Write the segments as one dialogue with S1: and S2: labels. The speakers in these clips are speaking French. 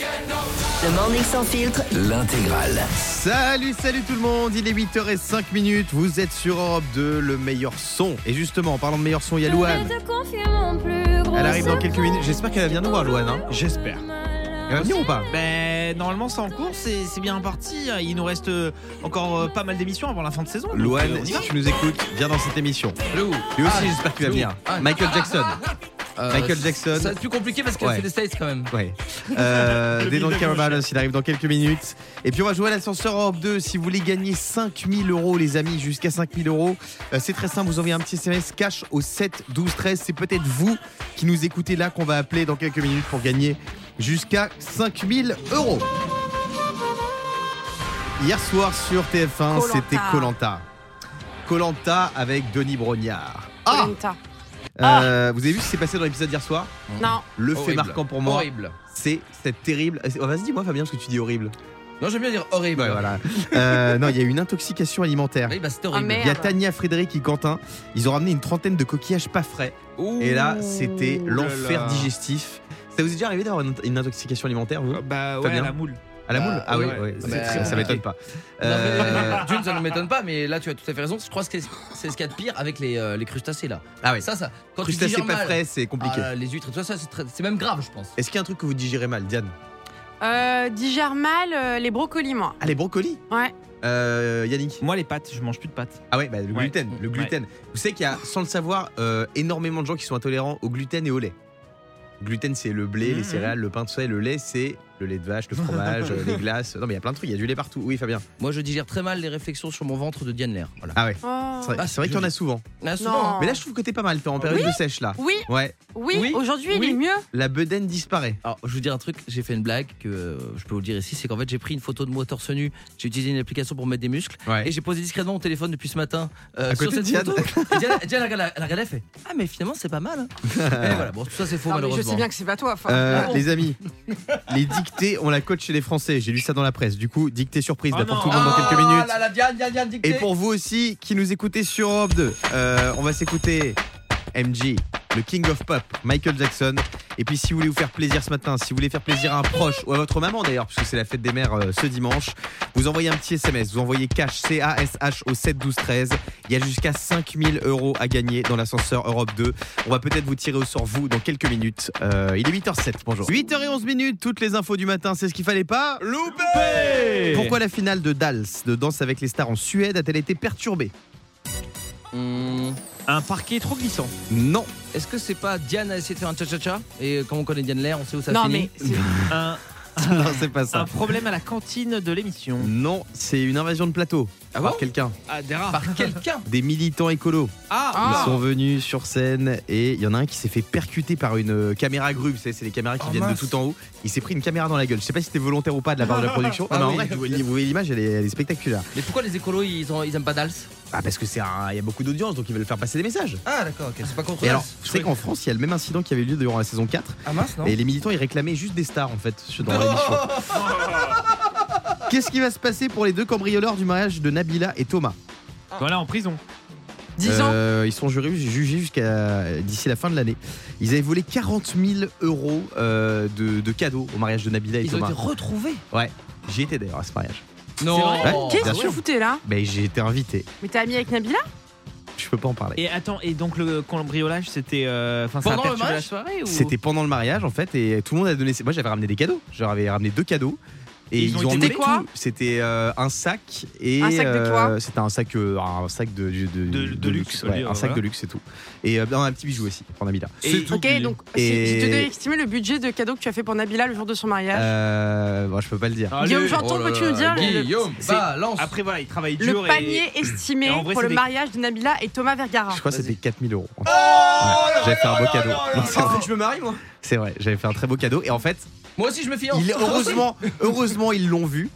S1: Le Morning Sans Filtre,
S2: L'intégrale.
S3: Salut, salut tout le monde, il est 8h05 minutes, vous êtes sur Europe 2, le meilleur son. Et justement, en parlant de meilleur son, il y a Louane. Elle arrive dans quelques minutes, j'espère qu'elle va venir nous voir Louane. hein.
S4: J'espère.
S3: Elle va venir ou pas
S4: Ben, normalement, c'est en cours, c'est c'est bien parti. Il nous reste euh, encore euh, pas mal d'émissions avant la fin de saison. donc, euh,
S3: Louane,
S4: on y
S3: si
S4: va.
S3: tu nous écoutes, viens dans cette émission.
S5: Lou.
S3: Lui aussi,
S5: Ah,
S3: j'espère qu'il va
S5: Lou.
S3: venir.
S5: Ah,
S3: Michael Jackson.
S5: euh,
S3: Michael Jackson.
S5: Ça va être plus compliqué parce que
S3: Ouais.
S5: c'est des States quand même.
S3: Ouais. Euh, Des Don't Care About Us, il arrive dans quelques minutes. Et puis on va jouer à l'ascenseur Europe 2. Si vous voulez gagner 5000 euros, les amis, jusqu'à 5000 euros, euh, c'est très simple. Vous envoyez un petit SMS cash au 7 12 13. C'est peut-être vous qui nous écoutez là qu'on va appeler dans quelques minutes pour gagner jusqu'à 5000 euros. Hier soir sur TF1,
S6: Koh-Lanta.
S3: c'était Colanta. Colanta avec Denis Brognard. Ah,
S6: Polenta.
S3: Euh, Vous avez vu ce qui s'est passé dans l'épisode d'hier soir
S6: Non,
S3: Le fait
S5: Ah. Horrible.
S3: marquant pour moi,
S5: Horrible.
S3: c'est cette terrible. Oh, Vas-y, dis-moi, Fabien, parce que tu dis horrible.
S5: Non, j'aime bien dire horrible.
S3: Ouais, voilà. Euh, non, il y a eu une intoxication alimentaire.
S5: Oui, bah c'est horrible.
S6: Ah,
S3: Il y a
S6: Merde.
S3: Tania, Frédéric et Quentin. Ils ont ramené une trentaine de coquillages pas frais.
S5: Ouh.
S3: Et là, c'était
S4: Ouh là
S3: l'enfer
S4: là.
S3: digestif. Ça vous est déjà arrivé d'avoir une- une intoxication alimentaire, vous
S4: Ah, Bah ouais,
S3: Fabien.
S4: la moule.
S3: À la
S5: Bah,
S3: moule Ah oui,
S4: ouais.
S3: oui.
S5: C'est
S3: ça-
S5: très
S3: ça
S5: compliqué.
S3: m'étonne pas.
S5: Non, mais,
S3: Euh,
S5: euh, D'une, ça ne m'étonne pas, mais là, tu as tout à fait raison. Je crois que c'est c'est ce qu'il y a de pire avec les, euh, les crustacés là.
S3: Ah oui,
S5: Ça, ça. Quand tu
S3: crustacés
S5: digères
S3: pas
S5: mal,
S3: frais, c'est compliqué.
S5: ah, les huîtres, et tout ça, c'est très- c'est même grave, je pense.
S3: Est-ce qu'il y a un truc que vous digérez mal, Diane
S6: euh, digère mal euh, les brocolis, moi.
S3: Ah, les brocolis
S6: Ouais.
S3: Euh, Yannick
S4: Moi, les pâtes, je mange plus de pâtes.
S3: Ah ouais, bah, le
S4: Ouais.
S3: gluten. Le gluten. Vous savez qu'il y a, sans le savoir, euh, énormément de gens qui sont intolérants au gluten et au lait. Le gluten, c'est le blé, les
S4: Mhm.
S3: céréales, le pain de soie, le lait, c'est le lait de vache, le fromage, euh, les glaces. Non, mais il y a plein de trucs, il y a du lait partout. Oui, Fabien.
S5: Moi, je digère très mal les réflexions sur mon ventre de Diane Lair. Voilà.
S3: Ah ouais.
S6: Oh.
S3: C'est vrai,
S5: Ah,
S3: c'est vrai
S5: c'est
S3: qu'il y en a
S5: joli.
S3: souvent.
S5: Là, souvent, hein.
S6: Non.
S3: Mais là, je trouve que t'es pas mal, t'es en période de sèche là.
S6: Oui,
S3: Ouais,
S6: oui,
S5: Oui,
S6: aujourd'hui il
S5: oui.
S6: est mieux.
S3: la bedaine disparaît.
S5: Alors, je vous dire un truc, j'ai fait une blague que euh, je peux vous le dire ici, c'est qu'en fait j'ai pris une photo de moi torse nu, j'ai utilisé une application pour mettre des muscles,
S3: Ouais.
S5: et j'ai posé discrètement mon téléphone depuis ce matin euh,
S3: À
S5: sur
S3: côté
S5: cette
S3: de Diane.
S5: photo. Et Diane, Diane, elle regarde la- elle regarde, elle fait Ah mais finalement c'est pas mal. hein. et voilà, bon tout ça c'est faux
S6: Non, mais je
S5: malheureusement.
S6: sais bien que c'est pas toi. enfin.
S3: Euh,
S5: bon
S3: les amis, les dictées, on la coach chez les Français. J'ai lu ça dans la presse. Du coup, dictée surprise,
S4: Oh
S3: là, pour
S4: non.
S3: tout le monde dans
S5: Ah,
S3: quelques minutes.
S5: là, là, Diane, Diane, Diane, dictée.
S3: Et pour vous aussi qui nous écoutez sur Europe 2, euh, on va s'écouter MG, le King of Pop, Michael Jackson. Et puis si vous voulez vous faire plaisir ce matin, si vous voulez faire plaisir à un proche ou à votre maman d'ailleurs, puisque c'est la fête des mères euh, ce dimanche, vous envoyez un petit SMS, vous envoyez cash C-A-S-H au 7 12 13. Il y a jusqu'à 5000 euros à gagner dans l'ascenseur Europe 2. On va peut-être vous tirer au sort vous dans quelques minutes. Euh, il est 8h07, bonjour. 8h11 minutes, toutes les infos du matin, c'est ce qu'il fallait pas.
S4: Loupé
S3: Pourquoi la finale de Dals, de Danse avec les stars en Suède, a-t-elle été perturbée
S5: Hmm,
S4: Un parquet trop glissant.
S3: Non.
S5: Est-ce que c'est pas Diane a essayé de faire un cha-cha-cha Et comme on connaît Diane Lair, on sait où ça
S6: non,
S5: finit.
S6: mais c'est-
S4: Un,
S3: non, c'est pas
S4: un
S3: ça.
S5: Ah.
S4: problème à la cantine de l'émission.
S3: Non, c'est une invasion de plateau
S5: Ah
S3: par
S5: bon
S3: quelqu'un.
S4: Ah, des rats.
S5: Par quelqu'un
S3: Des militants écolos.
S5: Ah,
S6: Ah.
S3: Ils sont venus sur scène et il y en a un qui s'est fait percuter par une euh, caméra grue. Vous savez, c'est les caméras qui
S5: Oh,
S3: viennent
S5: mince.
S3: de tout en haut. Il s'est pris une caméra dans la gueule. Je sais pas si c'était volontaire ou pas de la part de la production.
S5: Ah
S3: non,
S5: oui.
S3: mais en vrai, vous, voyez- vous voyez l'image, elle est, elle est spectaculaire.
S5: Mais pourquoi les écolos ils, ont, ils aiment pas Dals
S3: Ah, parce que c'est un- il y a beaucoup d'audience, donc ils veulent faire passer des messages.
S5: Ah d'accord, ok, c'est pas contre
S3: Et
S5: Dals.
S3: alors,
S5: Je
S3: je sais qu'en
S5: croyais-
S3: France, il y a le même incident qui avait eu lieu durant la saison 4.
S5: Ah mince non
S3: Et les militants, ils réclamaient juste des stars, en fait, sur- dans l'émission. Qu'est-ce qui va se passer pour les deux cambrioleurs du mariage de Nabila et Thomas
S4: bah, Voilà, en prison.
S6: disons,
S3: Euh, Ils sont jurés, jugés jusqu'à d'ici la fin de l'année. Ils avaient volé 40 000 euros euh, de, de cadeaux au mariage de Nabila et
S5: Ils ont
S3: Thomas.
S5: été retrouvés
S3: J'y étais d'ailleurs à ce mariage.
S5: Non
S3: Ouais.
S6: qu'est-ce
S3: bien
S6: que tu
S3: sûr.
S6: foutais là
S3: Ben, j'ai été invité.
S6: Mais t'es ami avec Nabila
S3: Je peux pas en parler.
S4: Et attends, et donc le cambriolage, c'était. euh, Enfin, ça a
S5: Pendant le
S4: perturbé
S5: match
S4: la soirée ou...
S3: C'était pendant le mariage en fait et tout le monde a donné. ses- Moi j'avais ramené des cadeaux. J'avais ramené deux cadeaux. Et
S4: Ils
S3: ils,
S4: ont
S3: ont,
S4: été
S3: emmené
S6: volés Quoi
S3: tout. C'était euh, un sac et
S6: Un sac de quoi
S3: euh, c'était un sac, euh, un sac de, de, de-
S4: De- de luxe,
S3: ouais,
S4: lui,
S3: un sac
S4: voilà.
S3: de luxe c'est tout. Et euh, un petit bijou aussi pour Nabila.
S4: Et-
S3: C'est tout.
S6: Ok, donc
S3: Et-
S6: si tu devais estimer le budget de cadeau que tu as fait pour Nabila le jour de son mariage.
S3: Euh, bon, je peux pas le dire.
S4: Allez.
S6: Guillaume Janton,
S5: Oh là
S6: peux-tu
S5: là,
S6: nous dire le-
S5: Guillaume,
S4: C'est-
S5: balance
S4: Après, voilà, il travaille
S3: Euh,
S6: le,
S4: dur. et-
S6: panier estimé
S4: et en vrai,
S6: pour le
S4: c'est des-
S6: mariage de Nabila et Thomas Vergara
S3: Je crois que c'était
S5: Vas-y.
S3: 4000 euros. en tout. Ouais, j'avais fait un
S4: Oh
S3: beau cadeau. Non, c'est vrai.
S5: je me marie moi
S3: C'est vrai, j'avais fait un très beau cadeau. Et en fait,
S5: Moi aussi je me finance
S3: il- heureusement, heureusement, ils l'ont vu.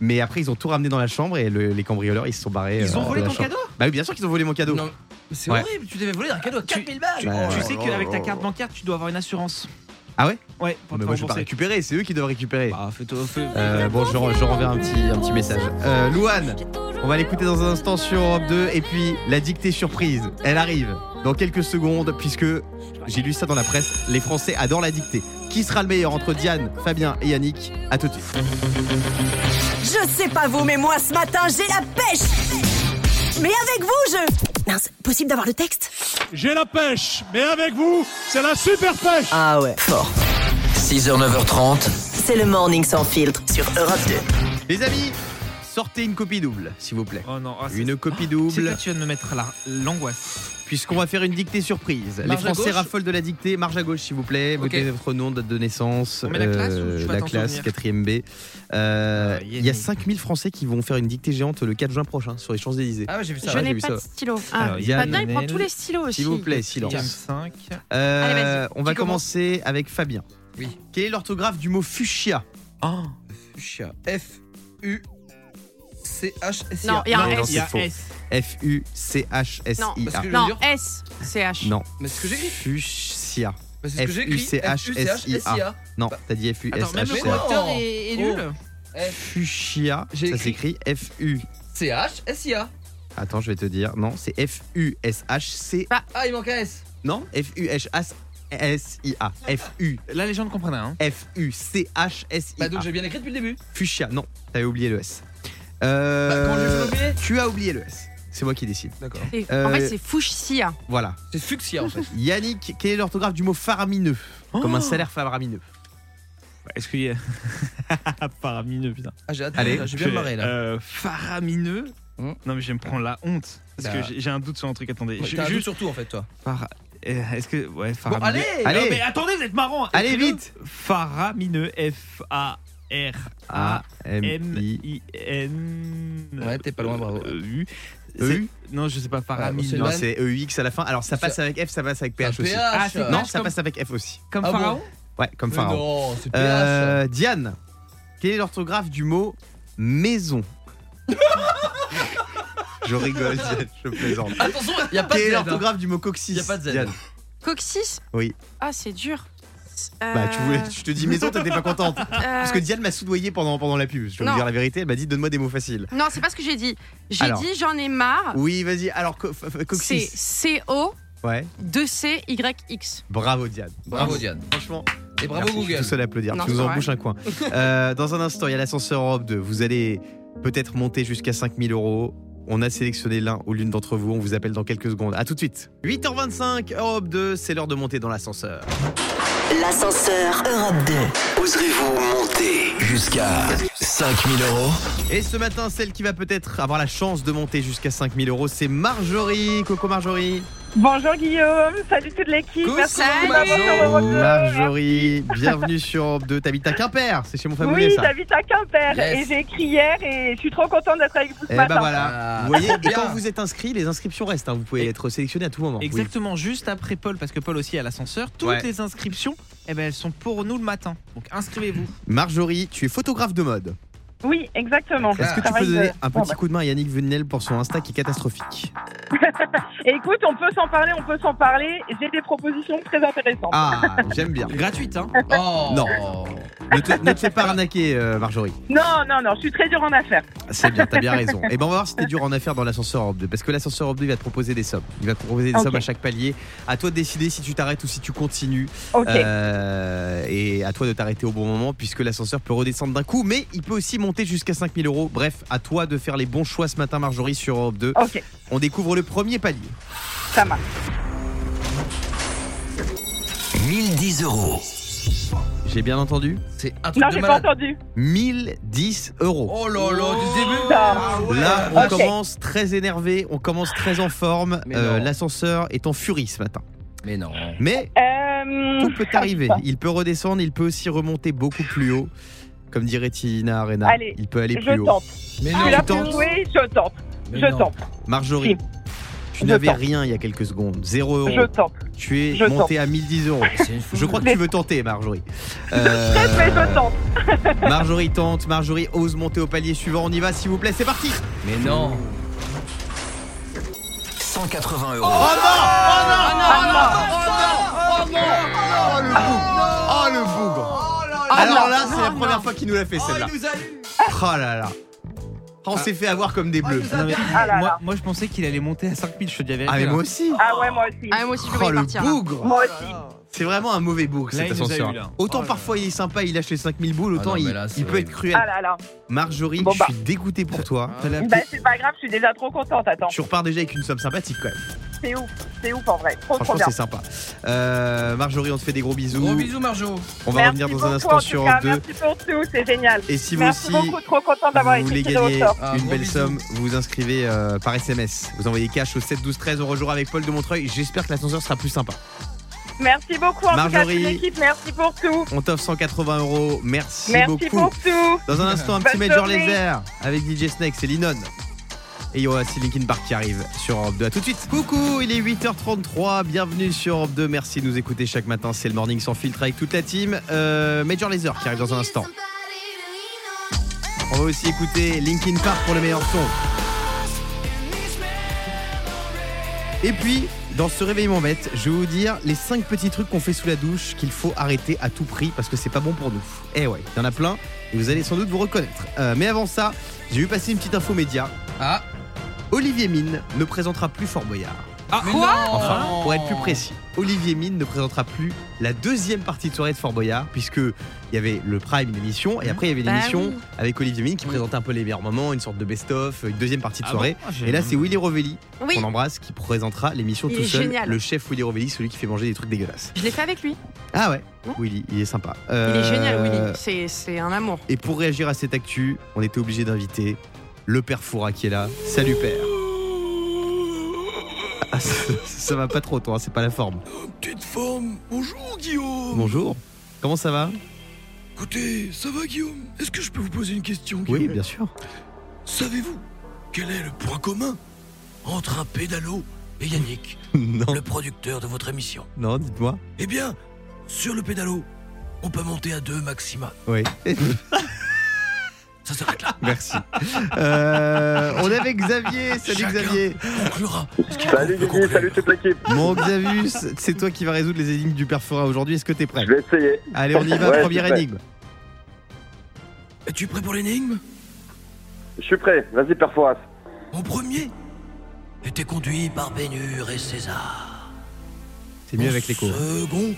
S3: Mais après, ils ont tout ramené dans la chambre et le- les cambrioleurs, ils se sont barrés.
S4: Ils
S3: euh,
S4: ont volé
S3: de la
S4: ton
S3: chambre.
S4: cadeau
S3: Bah oui, bien sûr qu'ils ont volé mon cadeau.
S5: Non, mais C'est
S3: Ouais.
S5: horrible, tu devais voler un cadeau à 4000 balles
S3: Ouais, ouais.
S4: Tu sais qu'avec ta carte bancaire, tu dois avoir une assurance.
S3: Ah ouais
S4: Ouais, pour
S3: Mais
S4: te
S3: moi, je vais pas
S4: rembourser.
S3: récupérer, c'est eux qui doivent récupérer.
S5: Bah fais-toi fais-
S3: Euh, bon, je, re- je renverrai un petit, un petit message. Euh, Louane, on va l'écouter dans un instant sur Europe 2. Et puis, la dictée surprise, elle arrive dans quelques secondes, puisque j'ai lu ça dans la presse. Les Français adorent la dictée. Qui sera le meilleur entre Diane, Fabien et Yannick À tout de suite.
S1: Je sais pas vous, mais moi ce matin j'ai la pêche Mais avec vous, je. Mince, possible d'avoir le texte
S2: J'ai la pêche, mais avec vous, c'est la super pêche
S1: Ah ouais, fort
S7: 6h, 9h30.
S1: C'est le morning sans filtre sur Europe 2.
S3: Les amis, sortez une copie double, s'il vous plaît.
S4: Oh non, ah, c'est-
S3: Une copie
S4: C'est
S3: double,
S4: que tu viens de me mettre la- l'angoisse.
S3: puisqu'on va faire une dictée surprise. Les
S5: Marge à
S3: Français
S5: gauche
S3: raffolent de la dictée. Marge à gauche, s'il vous plaît.
S4: Ok.
S3: Votez votre nom, date de naissance. euh,
S4: On met la classe ou je fais
S3: La
S4: attention à
S3: classe,
S4: venir
S3: 4ème B. Euh,
S4: Ah,
S3: Il y a
S4: Yannick.
S3: 5000 Français qui vont faire une dictée géante le 4 juin prochain sur les Champs-Élysées.
S5: Ah ouais, j'ai vu
S3: ça.
S6: je
S3: va, j'ai
S6: n'ai
S3: vu
S6: pas de stylo. Ah,
S4: Alors, Yann,
S6: maintenant, il prend
S4: Lionel,
S6: tous les stylos aussi.
S3: S'il vous plaît, silence.
S4: 5.
S3: Euh,
S6: Allez, vas-y.
S3: on va
S6: Qui commence
S3: commencer avec Fabien.
S5: Oui.
S3: Quelle est l'orthographe du mot fuchsia
S4: Oh.
S5: Fuchsia. F U C H S I A.
S6: Non, il y a un
S3: Non,
S6: S.
S3: c'est faux.
S5: parce
S3: F-U-C-H-S-I-A.
S6: Non,
S5: que-
S6: Non, S, C, H.
S3: Non,
S5: Mais c'est ce que j'écris.
S3: fuchsia.
S5: Bah, c'est ce que j'écris.
S3: F-U-C-H-S-I-A. Non,
S5: Bah-
S3: t'as dit
S4: Attends, même le
S5: Mais
S3: F-U-S-H-S-I-A.
S5: quoi
S4: correcteur
S5: non.
S4: est, est
S5: Oh.
S4: nul.
S3: Fuchsia,
S5: J'ai
S3: ça s'écrit F-U.
S5: C H S I A.
S3: Attends, je vais te dire. Non, c'est F-U-S-H-C.
S5: Ah, il manque un S.
S3: Non, F-U-H-S-I-A.
S5: Ah.
S3: F-U.
S4: Là, les gens ne comprenaient hein.
S5: Bah
S4: rien.
S5: donc
S3: F-U-C-H-S-I-A.
S5: j'ai bien écrit depuis le début.
S3: Fuchsia, non, t'avais oublié le S. Euh,
S5: Bah comment j'ai fait l'oublier
S3: tu as oublié le S. C'est moi qui décide.
S5: D'accord.
S6: C'est-
S3: Euh,
S6: En fait, c'est Fuchsia.
S3: Voilà.
S5: C'est fuchsia en fait.
S3: Yannick, quelle est l'orthographe du mot faramineux Comme un
S4: Oh.
S3: salaire faramineux.
S4: Est-ce qu'il y a. Faramineux, putain.
S5: Ah j'ai hâte.
S3: Allez,
S5: j'ai bien
S4: Je-
S5: marré là.
S4: euh, faramineux
S5: Hmm.
S4: Non, mais je vais me prendre la honte. Parce
S5: Bah.
S4: que j'ai- j'ai un doute sur un truc. Attendez.
S5: Ouais,
S4: je-
S5: T'as un doute
S4: juste.
S5: sur tout en fait toi.
S4: Fara- euh, Est-ce que. Ouais,
S5: Bon
S4: faramineux.
S5: allez.
S3: Allez.
S4: Non, mais attendez, vous êtes marrant. hein.
S3: Allez, vite
S4: Faramineux, F-A-R-A-M-I-N.
S5: Ouais, t'es pas loin, bravo.
S4: Euh, U.
S3: E
S4: C'est- Non, je sais pas,
S5: Ah, c'est
S4: faramineux.
S3: Non,
S5: mal.
S3: c'est EX à la fin. Alors ça passe avec F, ça passe avec PH
S5: Un
S3: aussi.
S5: PH.
S4: Ah, c'est-
S3: Non,
S4: PH
S3: ça
S4: comme-
S3: passe avec F aussi.
S4: Comme
S5: Ah bon
S4: pharaon
S3: Ouais, comme
S5: Mais
S3: pharaon.
S5: Non, c'est PH.
S3: Euh, Diane, quelle est l'orthographe du mot maison Je rigole, Diane, je plaisante.
S5: Attention, il y a pas
S3: Quelle est
S5: de Z. hein.
S3: l'orthographe du mot coccyx
S5: Y a pas de Z.
S3: Diane
S6: Coccyx
S3: Oui.
S6: Ah, c'est dur. Euh,
S3: Bah, tu voulais, je te dis maison, t'étais pas contente. Parce que Diane m'a soudoyé pendant, pendant la pub. Je vais vous
S6: Non.
S3: dire la vérité, elle m'a dit donne-moi des mots faciles.
S6: Non, c'est pas ce que j'ai dit. J'ai
S3: Alors.
S6: dit j'en ai marre.
S3: Oui, vas-y, alors co- f- f-
S6: C'est
S3: coccyx.
S6: C-O
S3: Ouais,
S6: 2C-Y-X.
S3: bravo Diane.
S5: Bravo Diane.
S3: Franchement,
S5: Et bravo
S3: merci, je suis
S5: Google.
S3: tout seul à applaudir.
S6: Non,
S3: tu nous
S6: c'est
S3: en
S6: vrai.
S3: bouches un coin. Euh, dans un instant, il y a l'ascenseur Europe 2. Vous allez peut-être monter jusqu'à 5000 euros. On a sélectionné l'un ou l'une d'entre vous. On vous appelle dans quelques secondes. À tout de suite. 8h25, Europe 2, c'est l'heure de monter dans l'ascenseur.
S1: L'ascenseur Europe 2.
S7: Oserez-vous monter jusqu'à 5000 euros
S3: Et ce matin, celle qui va peut-être avoir la chance de monter jusqu'à 5000 euros, c'est Marjorie. Coco Marjorie.
S8: Bonjour Guillaume, salut toute l'équipe. Merci
S6: salut.
S8: beaucoup d'avoir fait le retour.
S3: Marjorie, bienvenue sur Europe 2. T'habites à Quimper, c'est chez mon favori
S8: Oui,
S3: ça.
S8: j'habite à Quimper
S5: Yes.
S8: et j'ai écrit hier et je suis trop contente d'être avec vous ce
S3: Eh ben
S8: matin.
S3: voilà,
S5: Ah,
S3: vous voyez, et
S5: bien.
S3: quand vous êtes inscrit, les inscriptions restent, hein. vous pouvez
S4: Et-
S3: être sélectionné à tout moment. Oui.
S4: Exactement, juste après Paul, parce que Paul aussi a l'ascenseur. Toutes
S3: Ouais.
S4: les inscriptions, eh ben, elles sont pour nous le matin. Donc inscrivez-vous.
S3: Marjorie, tu es photographe de mode.
S8: Oui, exactement.
S3: Est-ce que tu peux
S8: Travaille,
S3: donner
S8: euh,
S3: un
S8: bon,
S3: petit coup de main à Yannick Venel pour son Insta qui est catastrophique
S8: bah. Écoute, on peut s'en parler, on peut s'en parler. J'ai des propositions très intéressantes.
S3: Ah, j'aime bien.
S4: Gratuite, hein
S5: Oh.
S3: Non. Ne te, ne te fais pas arnaquer, euh, Marjorie.
S8: Non, non, non, je suis très dure en affaires.
S3: C'est bien, t'as bien raison. Et ben on va voir si t'es dur en affaires dans l'ascenseur Europe 2. Parce que l'ascenseur Europe 2, il va te proposer des sommes. Il va te proposer des
S8: Ok.
S3: sommes à chaque palier. À toi de décider si tu t'arrêtes ou si tu continues.
S8: Ok.
S3: Euh, et à toi de t'arrêter au bon moment, puisque l'ascenseur peut redescendre d'un coup. Mais il peut aussi monter jusqu'à 5000 euros. Bref, à toi de faire les bons choix ce matin, Marjorie, sur Europe 2.
S8: Ok,
S3: On découvre le premier palier.
S8: ça marche.
S7: 1010 euros.
S3: J'ai bien entendu
S5: C'est un truc
S8: Non,
S5: de
S8: j'ai pas
S5: malade.
S8: entendu.
S3: 1010 euros.
S5: Oh là là, du début. Ah
S8: Ça.
S3: Là, on
S8: Ok.
S3: commence très énervé, on commence très en forme.
S5: Mais
S3: Euh,
S5: non.
S3: L'ascenseur est en furie ce matin.
S5: Mais non.
S3: Mais
S8: Euh,
S3: tout peut arriver. Il peut redescendre, il peut aussi remonter beaucoup plus haut. Comme dirait Tina Arena,
S8: Allez,
S3: il peut aller plus
S8: je
S3: haut.
S8: tente.
S5: Mais
S8: Je
S5: non.
S8: suis là pour
S3: tentes
S8: jouer, je tente.
S5: Mais
S8: je
S5: non.
S8: tente,
S3: Marjorie, tu
S8: Je
S3: n'avais
S8: tente.
S3: rien il y a quelques secondes. 0
S8: je
S3: euros.
S8: tente.
S3: Tu es
S8: je tente.
S3: monté à 1010 euros.
S5: C'est une foule.
S3: Je crois que tu veux tenter, Marjorie. Euh,
S8: Très fait, je tente.
S3: Marjorie tente, Marjorie ose monter au palier suivant. On y va, s'il vous plaît, c'est parti.
S5: Mais non.
S7: 180 euros.
S3: Oh le bougre
S6: Ah,
S3: Alors là, c'est la
S8: Oh
S3: première fois qu'il nous l'a fait celle-là.
S5: nous a eu.
S3: Oh là là On s'est fait avoir comme des bleus.
S4: Non, mais
S8: Ah là
S4: moi,
S8: là.
S4: moi, je pensais qu'il allait monter à 5000, je te dis la vérité,
S3: Ah mais
S4: là.
S3: moi aussi
S8: Ah ouais, moi aussi.
S6: Ah, moi aussi, je peux
S3: Oh
S6: pas y
S3: le
S6: partir. là.
S3: bougre
S8: Moi aussi.
S3: C'est vraiment un mauvais bourg
S4: Là,
S3: cet
S4: il nous a
S3: ascenseur.
S4: eu, là.
S3: Autant
S4: Oh là
S3: parfois il est sympa, il lâche les 5000 boules,
S9: Ah
S3: autant
S9: non,
S3: il,
S9: mais là, c'est
S3: il peut
S9: horrible.
S3: être cruel.
S8: Ah là là.
S3: Marjorie,
S8: Bon, bah.
S3: je suis dégoûté pour toi.
S4: Fallait
S8: Bah,
S4: appeler-
S8: c'est pas grave, je suis déjà trop contente. Attends,
S3: Tu repars déjà avec une somme sympathique quand même.
S8: c'est ouf, c'est ouf en vrai. Trop, trop
S3: Franchement,
S8: bien.
S3: c'est sympa. Euh, Marjorie, on te fait des gros bisous.
S9: Gros bisous, Marjo.
S3: On va
S8: Merci
S3: revenir dans
S8: beaucoup,
S3: un
S8: en
S3: instant
S8: tout
S3: sur
S8: cas,
S3: Europe 2.
S8: Merci pour tout, c'est génial.
S3: Et si vous
S8: merci
S3: aussi,
S8: beaucoup, trop contente
S3: vous
S8: d'avoir été
S3: voulez
S8: tirée
S3: gagner
S8: au sort.
S9: Ah,
S3: une
S9: gros
S3: belle
S9: bisous.
S3: somme, vous vous inscrivez euh, par SMS. Vous envoyez cash au 7 12 13. On rejouera avec Paul de Montreuil. J'espère que l'ascenseur sera plus sympa.
S8: Merci beaucoup en tout cas à toute
S3: Marjorie.
S8: l'équipe, merci pour tout.
S3: On t'offre 180 euros. Merci,
S8: merci
S3: beaucoup.
S8: pour tout.
S3: Dans un instant, un petit
S8: Bonne
S3: Major
S8: journée.
S3: Laser avec DJ Snake, c'est Linon. Et il y aura aussi Linkin Park qui arrive sur Europe 2. A tout de suite. Coucou, il est 8h33. Bienvenue sur Europe 2. Merci de nous écouter chaque matin. C'est le morning sans filtre avec toute la team. Euh, Major Laser qui arrive dans un instant. On va aussi écouter Linkin Park pour le meilleur son. Et puis, dans ce réveil en bête, je vais vous dire les 5 petits trucs qu'on fait sous la douche qu'il faut arrêter à tout prix parce que c'est pas bon pour nous. Eh ouais, il y en a plein et vous allez sans doute vous reconnaître. Euh, mais avant ça, j'ai vu passer une petite info média.
S9: Ah,
S3: Olivier Mine ne présentera plus Fort Boyard.
S9: quoi
S3: Ah, Enfin, pour être plus
S4: Oh.
S3: précis, Olivier Mine ne présentera plus la deuxième partie de soirée de Fort Boyard, puisque il y avait le Prime, une émission, et après il y avait
S6: Bah
S3: l'émission
S6: oui.
S3: avec Olivier Mine qui
S9: Oui.
S3: présentait un peu les meilleurs moments, une sorte de best-of, une deuxième partie de
S4: Mm. Ah
S3: soirée.
S4: bon Ah, j'ai-
S3: et là, c'est Willy Rovelli,
S6: Oui,
S3: qu'on embrasse, qui présentera l'émission
S6: Il
S3: tout
S6: est
S3: seul.
S6: génial.
S3: Le chef Willy Rovelli, celui qui fait manger des trucs dégueulasses.
S6: je l'ai fait avec lui.
S3: Ah ouais,
S6: Ouais.
S3: Willy, il est sympa.
S6: Il est
S3: Euh,
S6: génial, Willy. C'est- C'est un amour.
S3: Et pour réagir à cette actu, on était obligé d'inviter le père Foura qui est là. Salut père. Ah, ça, ça va pas trop toi, hein, c'est pas la forme.
S5: Petite forme. Bonjour Guillaume.
S3: Bonjour. Comment ça va
S5: Écoutez, ça va Guillaume Est-ce que je peux vous poser une question Guillaume
S3: Oui, bien sûr.
S5: Savez-vous quel est le point commun entre un pédalo et Yannick,
S3: non,
S5: le producteur de votre émission
S3: non, dites-moi.
S5: Eh bien, sur le pédalo, on peut monter à deux maxima.
S3: Oui.
S5: Ça s'arrête là.
S3: Merci. Euh, on est avec Xavier. Salut
S5: Chacun
S3: Xavier.
S5: On conclura.
S10: Salut Guigui, salut toute l'équipe.
S3: Mon Xavier, c'est toi qui vas résoudre les énigmes du père Foura aujourd'hui. Est-ce que t'es prêt
S10: Je vais essayer.
S3: Allez, on y va.
S10: Ouais,
S3: Première
S10: je suis prêt.
S3: énigme.
S5: Es-tu prêt pour l'énigme
S10: Je suis prêt. Vas-y, Perforas.
S5: Mon premier était conduit par Bénure et César.
S3: C'est mieux avec l'écho.
S5: Second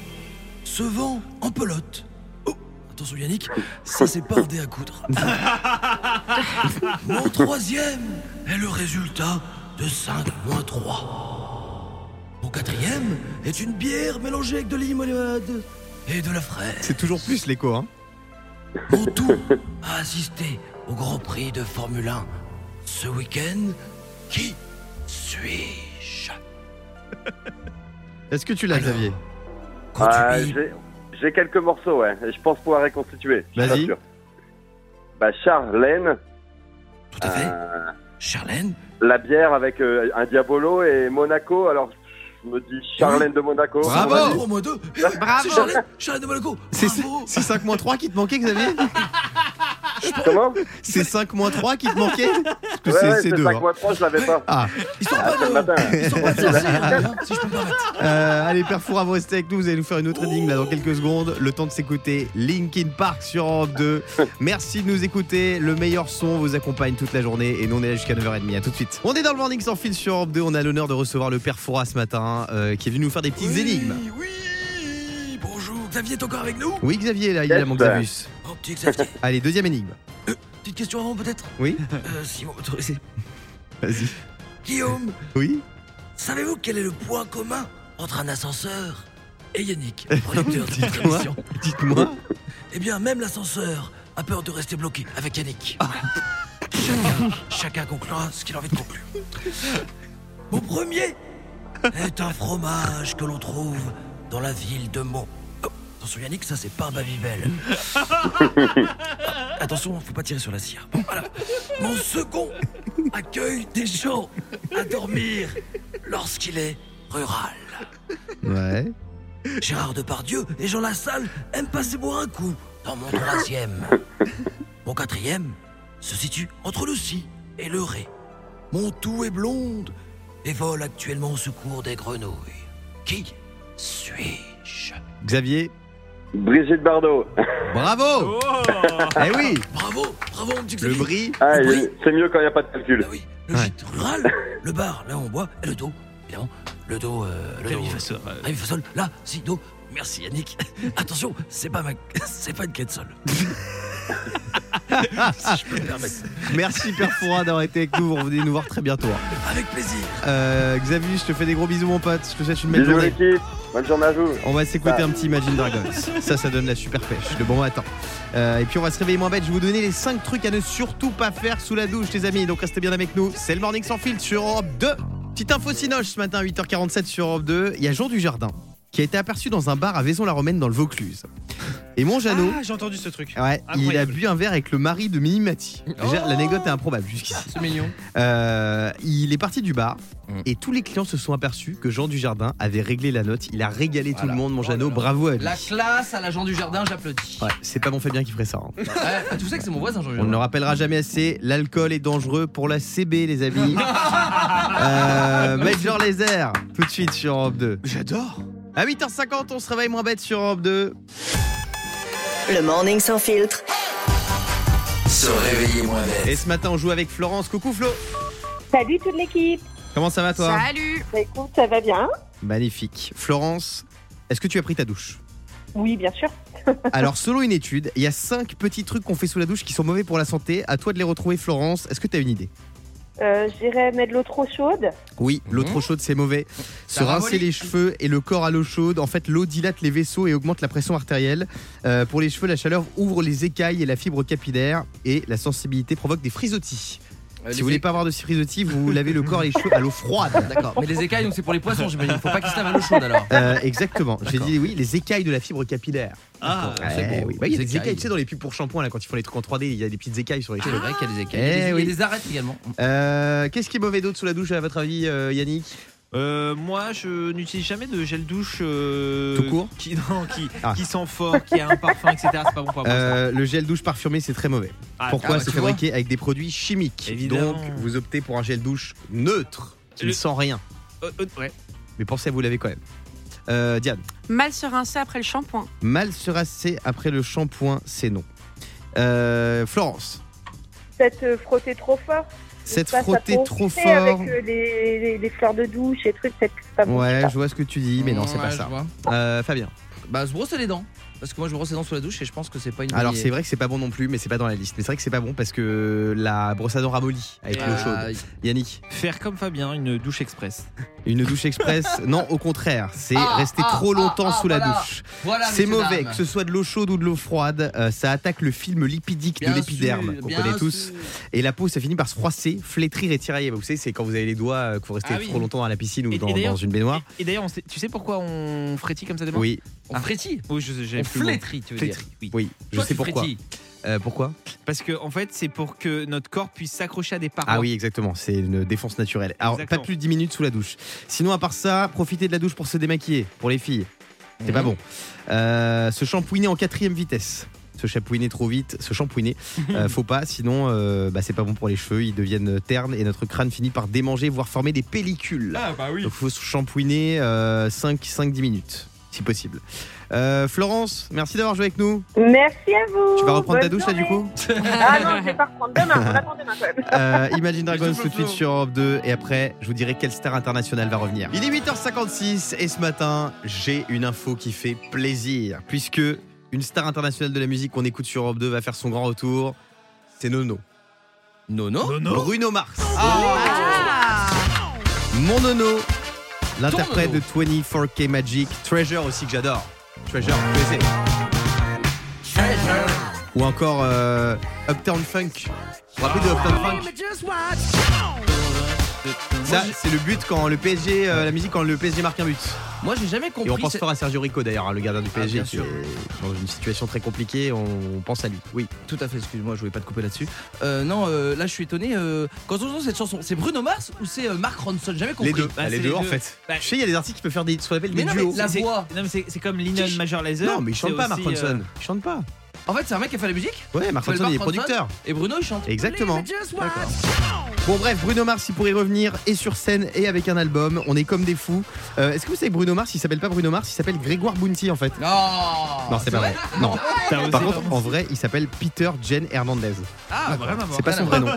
S5: se vend en pelote. Oh, attention Yannick, ça c'est pas un dé à coudre. Mon troisième est le résultat de 5 moins 3. Mon quatrième est une bière mélangée avec de limonade et de la fraise.
S3: C'est toujours plus l'écho, hein.
S5: Mon tout a assisté au Grand Prix de Formule 1 ce week-end. Qui suis-je
S3: Est-ce que tu l'as,
S5: Alors,
S3: Xavier
S5: Quand tu
S10: Euh,
S5: dis-
S10: j'ai- J'ai quelques morceaux, ouais. Et je pense pouvoir reconstituer. Je suis
S3: Vas-y.
S10: pas sûr. Bah, Charlène,
S5: Tout à fait.
S10: euh,
S5: Charlène
S10: la bière avec euh, un Diabolo et Monaco. Alors, je me dis Charlène de Monaco.
S3: Bravo.
S10: Ouais.
S5: Bravo moi deux Eh,
S6: Bravo.
S5: C'est Charlène, Charlène de Monaco
S3: C'est
S5: Bravo
S3: 5 3 qui te manquait, Xavier
S10: Comment
S3: C'est 5 3 qui te manquait Parce que
S10: Ouais,
S3: c'est- hein.
S10: ouais,
S3: c'est
S10: c'est
S3: 2.
S5: hein.
S10: 5 mois 3, je l'avais pas.
S3: Ah,
S5: Ils sont
S10: Ah,
S5: pas
S10: c'est le
S5: de...
S10: matin.
S5: bah, Ils sont pas de sorciers, hein, si je peux me permettre.
S3: Euh, allez, Père Foura, vous restez avec nous. Vous allez nous faire une autre énigme là dans quelques secondes. Le temps de s'écouter Linkin Park sur Europe 2. Merci de nous écouter. Le meilleur son vous accompagne toute la journée. Et nous, on est là jusqu'à 9h30. À tout de suite. On est dans le Morning sans fil sur Europe 2. On a l'honneur de recevoir le Père Foura ce matin euh, qui est venu nous faire des petites
S5: Oui,
S3: énigmes.
S5: Oui Bonjour, Xavier est encore avec nous
S3: Oui, Xavier, là, il
S10: Yes.
S3: a manque d'abus.
S5: Oh, petit Xavier,
S3: Allez, deuxième énigme.
S5: petite question avant peut-être
S3: Oui.
S5: Euh, si vous m'autorisez.
S3: Vas-y.
S5: Guillaume,
S3: Oui
S5: savez-vous quel est le point commun entre un ascenseur et Yannick, le producteur de notre
S3: Dites-moi.
S5: émission
S3: Dites-moi.
S5: Eh bien, même l'ascenseur a peur de rester bloqué avec Yannick. Chacun, chacun conclura ce qu'il a envie de conclure. Mon premier est un fromage que l'on trouve dans la ville de Meaux. Oh, attention Yannick, ça c'est pas un Babybel. Ah, attention, faut pas tirer sur la cire. Bon, voilà. Mon second accueille des gens à dormir lorsqu'il est rural.
S3: Ouais.
S5: Gérard Depardieu et Jean Lassalle aiment passer boire un coup dans mon troisième. Mon quatrième se situe entre le si et le ré. Mon tout est blonde et vole actuellement au secours des grenouilles. Qui suis-je
S3: Xavier,
S10: Brigitte Bardot.
S3: bravo
S4: Oh
S3: Eh oui
S5: Bravo, bravo, mon petit
S3: Le
S5: Xavier.
S3: bris.
S10: Ah,
S5: Le
S10: il-
S5: bris.
S10: c'est mieux quand il n'y a pas de calcul.
S5: Bah oui, le
S3: Ouais.
S5: gîte rural, le bar, là où on boit, et le dos, évidemment. Le dos, euh, le dos.
S4: Rémi Fasseur, euh,
S5: Rémi Fassol, là, si, dos,
S11: Merci Yannick. Attention, c'est pas ma... c'est pas une quête seule. si je peux me permettre.
S3: Merci Père Fourat d'avoir été avec nous. Vous revenez nous voir très bientôt. hein.
S11: Avec plaisir.
S3: Euh, Xavier, je te fais des gros bisous, mon pote. Je te souhaite une belle
S10: Bisous
S3: journée.
S10: l'équipe, bonne journée à vous.
S3: On va s'écouter
S10: Bye.
S3: un petit Imagine Dragons. Ça, ça donne la super pêche, le bon matin. Euh, et puis on va se réveiller moins bête. Je vais vous donner les 5 trucs à ne surtout pas faire sous la douche, les amis. Donc restez bien avec nous. C'est le Morning Sans Filtre sur Europe 2. Petite info Cinoche ce matin, 8h47 sur Europe 2. Il y a Jean Dujardin qui a été aperçu dans un bar à Vaison-la-Romaine dans le Vaucluse. Et mon Jeannot,
S4: Ah, j'ai entendu ce truc.
S3: ouais, il a
S4: incroyable.
S3: bu un verre avec le mari de Minimati. Déjà,
S5: Oh
S3: l'anecdote est improbable jusqu'ici.
S5: C'est mignon.
S3: Euh, il est parti du bar
S5: Mm.
S3: et tous les clients se sont aperçus que Jean Dujardin avait réglé la note. Il a régalé tout
S5: Voilà.
S3: le monde, mon
S5: Oh là
S3: Jeannot.
S5: là.
S3: Bravo à lui.
S5: La classe à la Jean du Jardin, j'applaudis.
S3: Ouais, c'est pas mon Fabien qui ferait ça. hein.
S5: Ouais, tu sais que c'est mon voisin, Jean du
S3: On ne le
S5: Jardin.
S3: rappellera jamais assez, l'alcool est dangereux pour la CB, les amis. euh, Major Laser, tout de suite sur Europe 2.
S4: J'adore.
S3: À 8h50, on se réveille moins bête sur Europe 2.
S1: Le morning sans filtre.
S7: Se réveiller moins bête.
S3: Et ce matin, on joue avec Florence. Coucou Flo.
S8: Salut toute l'équipe.
S3: Comment ça va toi
S6: Salut
S8: Bah, écoute, ça va bien
S3: Magnifique. Florence, est-ce que tu as pris ta douche
S8: Oui, bien sûr.
S3: Alors, selon une étude, il y a 5 petits trucs qu'on fait sous la douche qui sont mauvais pour la santé. À toi de les retrouver, Florence. Est-ce que tu as une idée
S8: Euh, J'irai mettre de l'eau trop chaude.
S3: Oui, l'eau trop chaude, c'est mauvais. Se
S5: Mhm. Ça
S3: rincer
S5: ramollit.
S3: les cheveux et le corps à l'eau chaude. En fait, l'eau dilate les vaisseaux et augmente la pression artérielle. Euh, pour les cheveux, la chaleur ouvre les écailles et la fibre capillaire. Et la sensibilité provoque des frisottis.
S5: Euh,
S3: si
S5: les
S3: vous voulez
S5: é-
S3: pas avoir de frisottis, vous lavez le corps et les cheveux à l'eau froide.
S5: D'accord, mais les écailles, donc c'est pour les poissons, j'imagine. Faut pas qu'ils se lavent à l'eau chaude alors.
S3: Euh, exactement. J'ai
S5: D'accord.
S3: dit oui, les écailles de la fibre capillaire.
S4: Ah,
S5: Ah, c'est
S3: Eh
S5: beau.
S3: oui. Bah, il y a
S5: Les
S3: des écailles, tu sais, dans les pubs pour shampoing, là, quand ils font les trucs en 3D, il y a des petites écailles sur les
S5: C'est
S3: cheveux.
S5: vrai qu'il y a des écailles.
S3: Eh
S5: il, y a des, il y a
S3: oui.
S5: des arêtes également.
S3: Euh, Qu'est-ce qui est mauvais d'autre sous la douche, à votre avis, euh, Yannick
S4: Euh, moi, je n'utilise jamais de gel douche euh,
S3: Tout court
S4: qui, non, qui,
S3: Ah.
S4: qui sent fort, qui a un parfum, etc. C'est pas bon pour moi. ça.
S3: Euh, le gel douche parfumé, c'est très mauvais.
S4: Ah,
S3: Pourquoi
S5: ah bah,
S3: C'est
S5: tu vois.
S3: fabriqué avec des produits chimiques.
S4: Évidemment.
S3: Donc, vous optez pour un gel douche neutre, qui ne
S4: Le-
S3: sent rien.
S4: Euh, euh, ouais.
S3: Mais pensez à vous laver quand même. Euh, Diane,
S6: Mal se rincer après le shampoing.
S3: mal se rasser après le shampoing, c'est non. Euh, Florence,
S8: Peut-être euh, frotter trop fort.
S3: cette
S8: Ça, ça
S3: frotter
S8: peut
S3: trop
S8: occuper
S3: fort.
S8: Avec euh, les, les- les fleurs de douche et trucs, peut-être que c'est pas bon.
S3: Ouais,
S8: ça.
S3: je vois ce que tu dis, mais non, c'est
S5: Ouais,
S3: pas
S5: je
S3: ça.
S5: vois.
S3: Euh, Fabien.
S5: Bah, se brosser les dents. Parce que moi, je me brosse les dents sous la douche et je pense que c'est pas une. bonne
S3: Alors
S5: idée.
S3: c'est vrai que c'est pas bon non plus, mais c'est pas dans la liste. Mais c'est vrai que c'est pas bon parce que la brosse à dents ramollit avec l'eau
S5: Ah,
S3: chaude. Yannick,
S4: Faire comme Fabien, une douche express.
S3: une douche express Non, au contraire, c'est
S5: Ah,
S3: rester
S5: ah,
S3: trop
S5: ah,
S3: longtemps
S5: ah,
S3: sous la
S5: voilà.
S3: douche.
S5: Voilà,
S3: c'est
S5: messieurs,
S3: mauvais,
S5: dames.
S3: que ce soit de l'eau chaude ou de l'eau froide, euh, ça attaque le film lipidique
S5: Bien
S3: de l'épiderme
S5: sûr,
S3: qu'on
S5: bien
S3: connaît tous.
S5: sûr.
S3: Et la peau, ça finit par se froisser, flétrir et tirailler. Vous savez, c'est quand vous avez les doigts euh, que vous restez
S4: Ah oui.
S3: trop longtemps à la piscine ou
S4: Et- et
S3: dans,
S4: d'ailleurs-
S3: dans une baignoire.
S4: Et, et d'ailleurs, on sait- tu sais pourquoi on frétille comme ça demain
S3: Ah. Oui,
S5: On frétille.
S4: Oui, je j'ai
S5: On
S4: plus le mot.
S5: flétrit, tu veux dire.
S4: Flétrit, oui.
S3: oui, je
S5: Toi, tu
S3: sais pourquoi.
S5: frétilles.
S3: Euh, pourquoi
S4: Parce que en fait, c'est pour que notre corps puisse s'accrocher à des parois.
S3: Ah oui, exactement, c'est une défense naturelle. Alors,
S4: Exactement.
S3: pas plus de 10 minutes sous la douche. Sinon, à part ça, profiter de la douche pour se démaquiller, pour les filles. C'est
S4: Mhm.
S3: pas bon. Euh, se shampouiner en quatrième vitesse. Se shampouiner trop vite, se shampouiner. Euh, faut pas, sinon, euh, bah, c'est pas bon pour les cheveux, ils deviennent ternes et notre crâne finit par démanger, voire former des pellicules.
S4: Ah bah oui.
S3: Donc, faut se euh, shampouiner 5-10 minutes, si possible. Euh, Florence, merci d'avoir joué avec nous.
S8: Merci à vous.
S3: Tu vas reprendre ta
S8: Bonne
S3: douche là du
S8: journée.
S3: coup
S8: Ah non, je vais pas reprendre demain. On attend demain quand même.
S3: Euh, Imagine Dragons
S4: Bisous,
S3: tout de suite
S4: Flo.
S3: sur Europe 2 et après je vous dirai quelle star internationale va revenir. Il est 8h56 et ce matin j'ai une info qui fait plaisir puisque une star internationale de la musique qu'on écoute sur Europe 2 va faire son grand retour. C'est Nono.
S5: Nono
S3: Bruno Mars.
S6: Ah
S3: Mon Nono, l'interprète
S5: Nono.
S3: de 24K Magic, Treasure aussi que j'adore. Treasure, tu sais. Ou encore euh, Uptown Funk. Vous vous rappelez de Uptown
S5: Ah,
S3: Funk Ça, c'est le but quand le PSG, euh, la musique quand le PSG marque un but.
S5: Moi, j'ai jamais
S3: Et on
S5: compris.
S3: pense
S5: ce-
S3: fort à Sergio Rico d'ailleurs, hein, le gardien du PSG,
S5: bien
S3: qui
S5: sûr.
S3: est dans une situation très compliquée. On pense à lui. Oui.
S5: Tout à fait, excuse-moi, je voulais pas te couper là-dessus. Euh, non, euh, là, je suis étonné. euh, quand on entend cette chanson, c'est Bruno Mars ou c'est euh, Mark Ronson Jamais compris. Ah,
S3: Les deux. Ah,
S4: Bah,
S3: les
S4: c'est
S3: deux,
S4: les
S3: en
S4: deux.
S3: fait.
S4: Bah,
S3: Tu sais, il y a des artistes qui peuvent faire des, ce qu'on appelle
S5: Mais
S3: des
S5: non,
S3: duos.
S5: mais la
S4: C'est-
S5: voix.
S4: Non mais c'est c'est comme Lina
S5: Qui-
S4: Major Laser.
S3: Non, mais il chante
S4: C'est
S3: pas, Mark
S4: aussi, euh,
S3: Ronson. Il chante pas.
S5: En fait, c'est un mec qui a fait la musique
S3: Ouais, Mark
S5: s'appelle
S3: Ronson, il est
S5: Mark Ronson.
S3: producteur.
S5: et Bruno, il chante.
S3: Exactement. Bon bref, Bruno Mars, il pourrait revenir et sur scène et avec un album. On est comme des fous. Euh, Est-ce que vous savez Bruno Mars Il s'appelle pas Bruno Mars, il s'appelle Grégoire Bounty en fait.
S5: Non
S3: non, c'est pas vrai. Non. Par contre, en vrai, il s'appelle Peter Jen Hernandez.
S5: Ah,
S4: Rien à voir.
S3: C'est pas son vrai nom.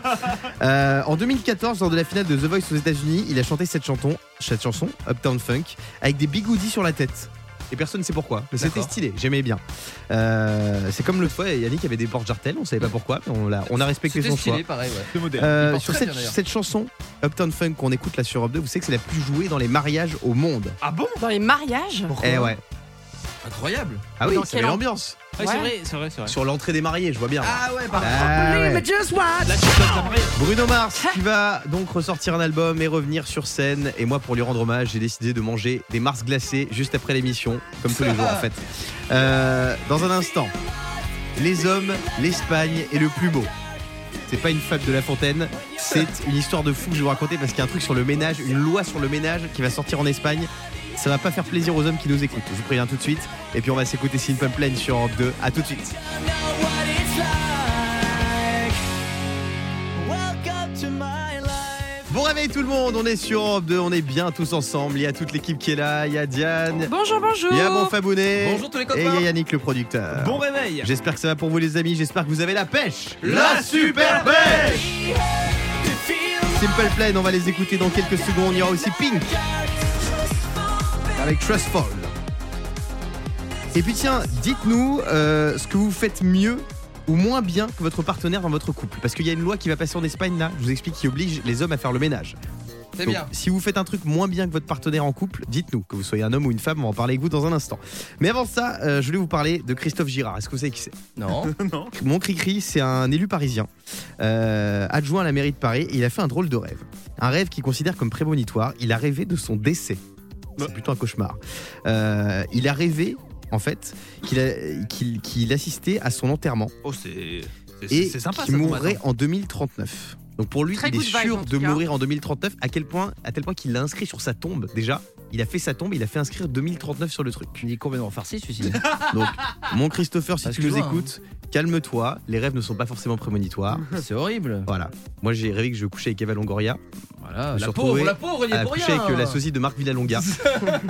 S3: Euh, en 2014, lors de la finale de The Voice aux États-Unis, il a chanté cette chanson, cette chanson Uptown Funk, avec des bigoudis sur la tête. et personne ne sait pourquoi. Mais
S5: D'accord.
S3: c'était stylé, j'aimais bien. Euh, c'est comme l'autre fois, Yannick avait des portes jartelles, on savait pas pourquoi, mais on, l'a- on a respecté
S5: C'était
S3: son choix.
S5: stylé, pareil, ouais.
S2: de modèle.
S3: Euh,
S5: Il porte
S3: sur
S5: très
S3: cette,
S5: bien, d'ailleurs.
S3: cette chanson, Uptown Funk, qu'on écoute là sur Europe 2, vous savez que c'est la plus jouée dans les mariages au monde.
S4: Ah bon
S6: Dans les mariages
S3: eh ouais.
S5: Incroyable.
S3: Ah oui,
S6: Dans
S3: ça
S6: quelle
S3: met l'ambiance.
S4: Ouais,
S6: Ouais.
S4: C'est vrai, c'est vrai, c'est vrai.
S3: Sur l'entrée des mariés, je vois bien.
S5: Ah ouais, pareil.
S3: Ah ouais.
S4: Là, tu dois t'amarrer.
S3: Bruno Mars qui va donc ressortir un album et revenir sur scène. Et moi, pour lui rendre hommage, j'ai décidé de manger des Mars glacés juste après l'émission, comme tous les jours en fait. Euh, dans un instant, les hommes, l'Espagne et le plus beau. C'est pas une fable de La Fontaine, c'est une histoire de fou que je vais vous raconter parce qu'il y a un truc sur le ménage, une loi sur le ménage qui va sortir en Espagne. Ça va pas faire plaisir aux hommes qui nous écoutent. Je vous préviens tout de suite. Et puis on va s'écouter Simple Plan sur Europe 2. À tout de suite. Bon réveil tout le monde, on est sur Europe 2, on est bien tous ensemble. Il y a toute l'équipe qui est là, il y a Diane,
S6: Bonjour, bonjour.
S3: il y a mon Fabounet,
S5: Bonjour tous les
S3: et il y a
S5: copains.
S3: Yannick le producteur.
S4: Bon réveil.
S3: J'espère que ça va pour vous les amis, j'espère que vous avez la pêche.
S5: La super
S3: pêche Simple Plan, on va les écouter dans quelques secondes. Il y aura aussi Pink avec Trustfall. Et puis tiens, dites-nous euh, ce que vous faites mieux ou moins bien que votre partenaire dans votre couple. Parce qu'il y a une loi qui va passer en Espagne là, je vous explique, qui oblige les hommes à faire le ménage.
S5: C'est
S3: Donc,
S5: bien.
S3: Si vous faites un truc moins bien que votre partenaire en couple, dites-nous, que vous soyez un homme ou une femme, on va en parler avec vous dans un instant. Mais avant ça, euh, je voulais vous parler de Christophe Girard. Est-ce que vous savez qui c'est
S5: Non.
S2: non.
S3: Mon Cricri, c'est un élu parisien, euh, adjoint à la mairie de Paris, et il a fait un drôle de rêve. Un rêve qu'il considère comme prémonitoire. Il a rêvé de son décès. C'est plutôt un cauchemar. Euh, il a rêvé, en fait, qu'il a- qu'il- qu'il assistait à son enterrement
S4: Oh, c'est. c'est-
S3: et
S4: C'est c'est sympa, ça.
S3: qu'il
S4: comme
S3: mourrait
S4: attente.
S3: en 2039. Donc pour lui,
S6: Très
S3: il est
S6: good vibe,
S3: sûr
S6: en
S3: de
S6: tout cas.
S3: mourir en 2039, à quel point, à tel point qu'il l'a inscrit sur sa tombe déjà. Il a fait sa tombe, il a fait inscrire 2039 sur le truc.
S5: Il est complètement farci celui-ci.
S3: Mon Christopher, si
S5: Ah,
S3: tu nous
S5: excuse-moi, hein.
S3: écoutes, calme-toi. Les rêves ne sont pas forcément prémonitoires.
S5: C'est horrible.
S3: Voilà. Moi, j'ai rêvé que je couchais avec Eva Longoria.
S5: Voilà. La
S3: me suis
S5: pauvre,
S3: retrouvé
S5: la pauvre, il y
S3: Elle
S5: est pour
S3: couchait
S5: rien. hein.
S3: avec euh, la sosie de Marc Villalonga.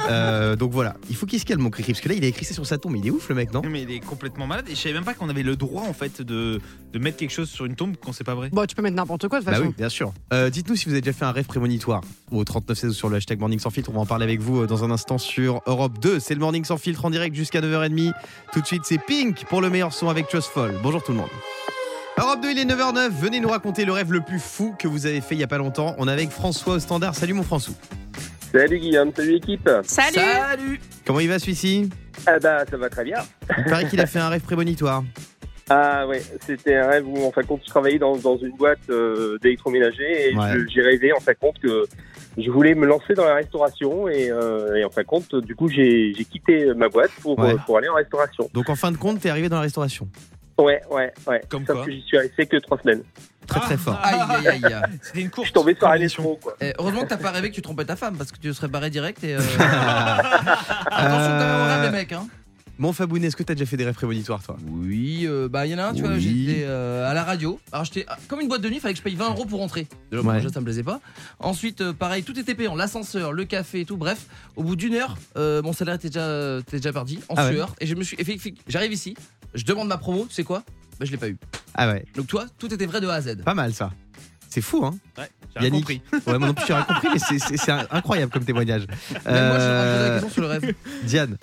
S3: Euh, donc voilà. Il faut qu'il se calme, mon Cricri, parce que là, il a écrit ça sur sa tombe. Il est ouf, le mec, non
S4: Non, Mais il est complètement malade et je savais même pas qu'on avait le droit en fait de, de mettre quelque chose sur une tombe quand c'est pas vrai.
S6: Bon, tu peux mettre n'importe quoi de toute
S3: Bah
S6: façon.
S3: oui, bien sûr. Euh, Dites-nous si vous avez déjà fait un rêve prémonitoire au 3916 ou sur le hashtag Morning Sans Filtre. On va en parler avec vous euh, dans un instant sur Europe 2. C'est le Morning Sans Filtre en direct jusqu'à 9h30. Tout de suite, c'est Pink pour le meilleur son avec Just Fall. Bonjour tout le monde. Europe 2, il est 9h09. Venez nous raconter le rêve le plus fou que vous avez fait il y a pas longtemps. On est avec François au standard. Salut mon François.
S10: Salut Guillaume, salut équipe.
S6: Salut
S5: Salut.
S3: Comment il va celui-ci
S10: Ah bah ça va très bien.
S3: Il paraît qu'il a fait un rêve prémonitoire.
S10: Ah ouais, c'était un rêve où en fin de compte je travaillais dans, dans une boîte euh, d'électroménager et
S3: Ouais.
S10: je- j'ai rêvé en fin de compte que je voulais me lancer dans la restauration et, euh, et en fin de compte du coup j'ai j'ai quitté ma boîte pour,
S3: Ouais.
S10: euh, pour aller en restauration.
S3: Donc en fin de compte, t'es arrivé dans la restauration.
S10: Ouais, ouais, ouais.
S4: Comme
S10: Sauf
S4: quoi.
S10: que j'y suis resté que trois semaines.
S3: Très très fort.
S5: Aïe aïe aïe. aïe.
S4: C'était une
S10: Je
S4: course.
S10: suis tombé sur un escroc quoi.
S5: Eh, heureusement que t'as pas rêvé que tu trompais ta femme parce que tu serais barré direct et. euh, Attention quand même au rêve, les mecs. Hein.
S3: Euh, Mon Fabounet, est-ce que t'as déjà fait des rêves prémonitoires toi
S5: Oui, euh, bah il y en a un, tu vois,
S3: Oui.
S5: j'étais euh, à la radio. Alors j'étais ah, comme une boîte de nuit, fallait que je paye 20 euros pour rentrer. Déjà, bon,
S3: Ouais.
S5: déjà, ça me plaisait pas. Ensuite, euh, pareil, tout était payant, l'ascenseur, le café et tout. Bref, au bout d'une heure, euh, mon salaire était déjà, euh, était déjà parti, en
S3: Ah ouais.
S5: sueur. Et je me suis. et fait- fait- J'arrive ici, je demande ma promo, tu sais quoi Bah je l'ai pas eu.
S3: Ah ouais,
S5: Donc toi, tout était vrai de A à Z.
S3: pas mal ça. C'est fou, hein
S4: Ouais, j'ai rien
S3: Yannick.
S4: compris.
S3: Ouais, moi non plus, j'ai rien compris, mais c'est- c'est c'est incroyable comme témoignage.
S5: Même moi, je me
S3: Euh,
S5: posais la question sur le rêve.
S3: Diane,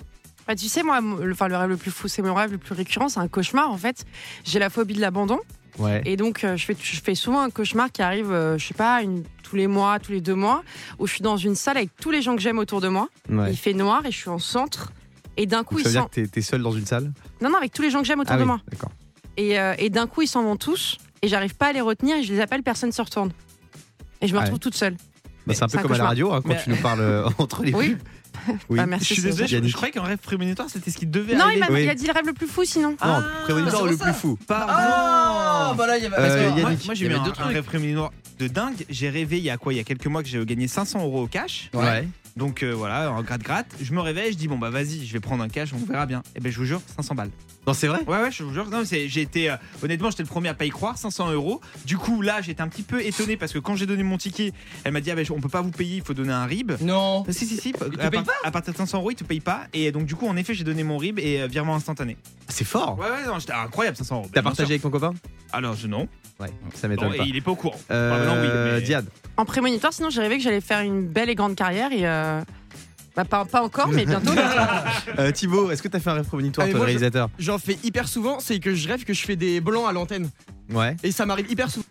S6: Bah, tu sais, moi, le, enfin, le rêve le plus fou, c'est mon rêve le plus récurrent, c'est un cauchemar en fait. J'ai la phobie de l'abandon
S3: ouais.
S6: et donc euh, je, fais, je fais souvent un cauchemar qui arrive, euh, je sais pas, une- tous les mois, tous les deux mois, où je suis dans une salle avec tous les gens que j'aime autour de moi.
S3: ouais.
S6: Il fait noir et je suis en centre. Et d'un coup,
S3: Donc,
S6: ils
S3: ça veut
S6: s'en...
S3: dire que t'es- t'es seul dans une salle
S6: Non, non, avec tous les gens que j'aime autour
S3: Ah
S6: de
S3: oui,
S6: moi.
S3: d'accord.
S6: Et, euh, et d'un coup, ils s'en vont tous. Et j'arrive pas à les retenir. Et je les appelle, personne se retourne. Et je me
S3: Ah
S6: retrouve toute seule.
S3: Bah, c'est un
S6: c'est
S3: peu
S6: un
S3: comme à la
S6: cauchemar.
S3: radio hein, quand
S5: Mais-
S3: tu nous parles euh, entre les
S6: Oui.
S3: Oui.
S6: Bah, merci.
S4: Je suis
S6: c'est-
S4: désolé, je,
S3: Yannick.
S4: je croyais qu'un rêve prémonitoire c'était ce qui devait
S6: Non,
S4: aller.
S6: il, m'a-
S3: Oui.
S6: il a dit le rêve le plus fou sinon.
S3: Non,
S4: Ah,
S3: prémonitoire
S5: c'est
S3: le
S5: pour
S3: plus
S5: ça.
S3: fou.
S4: Pardon.
S5: Ah Voilà, il y avait.
S3: Euh,
S5: parce que-
S4: Moi,
S3: Yannick.
S4: moi, j'ai
S5: Il
S4: eu
S5: y
S4: un,
S5: avait deux
S4: un
S5: trucs.
S4: rêve prémonitoire de dingue. J'ai rêvé il y a quoi Il y a quelques mois que j'ai gagné 500 euros au cash.
S5: Ouais.
S4: Donc euh, voilà, en gratte-gratte. Je me réveille, je dis bon bah vas-y, je vais prendre un cash, on verra bien. Et ben je vous jure, 500 balles.
S3: Non, c'est vrai
S4: Ouais, ouais, je vous jure. Non, c'est- j'ai été, euh, honnêtement, j'étais le premier à pas y croire, 500 euros. Du coup, là, j'étais un petit peu étonné parce que quand j'ai donné mon ticket, elle m'a dit ah, ben, on peut pas vous payer, il faut donner un RIB.
S5: Non.
S4: Ah, Si, si, si.
S5: te
S4: à,
S5: payent
S4: part- à partir de 500 euros, ils te payent pas. Et donc, du coup, en effet, j'ai donné mon RIB et euh, virement instantané.
S3: Ah, C'est fort
S4: Ouais, ouais, non, j'étais ah, incroyable, 500 euros.
S3: T'as
S4: Bien
S3: partagé
S4: sûr.
S3: avec ton copain
S4: Alors, je non.
S3: Ouais, ça
S4: Non,
S3: m'étonne
S4: et
S3: pas.
S4: il est pas au courant.
S3: Euh,
S4: Enfin, non, oui, mais-
S3: Diane,
S6: En prémonitoire, sinon j'ai rêvé que j'allais faire une belle et grande carrière. Et, euh, Bah, pas, pas encore, mais bientôt.
S3: Euh, Thibaut, est-ce que t'as fait un rêve promonitoire,
S12: Ah, mais
S3: toi, le
S12: moi, je-
S3: réalisateur
S12: J'en fais hyper souvent, c'est que je rêve que je fais des blancs à l'antenne.
S3: Ouais.
S12: Et ça m'arrive hyper souvent.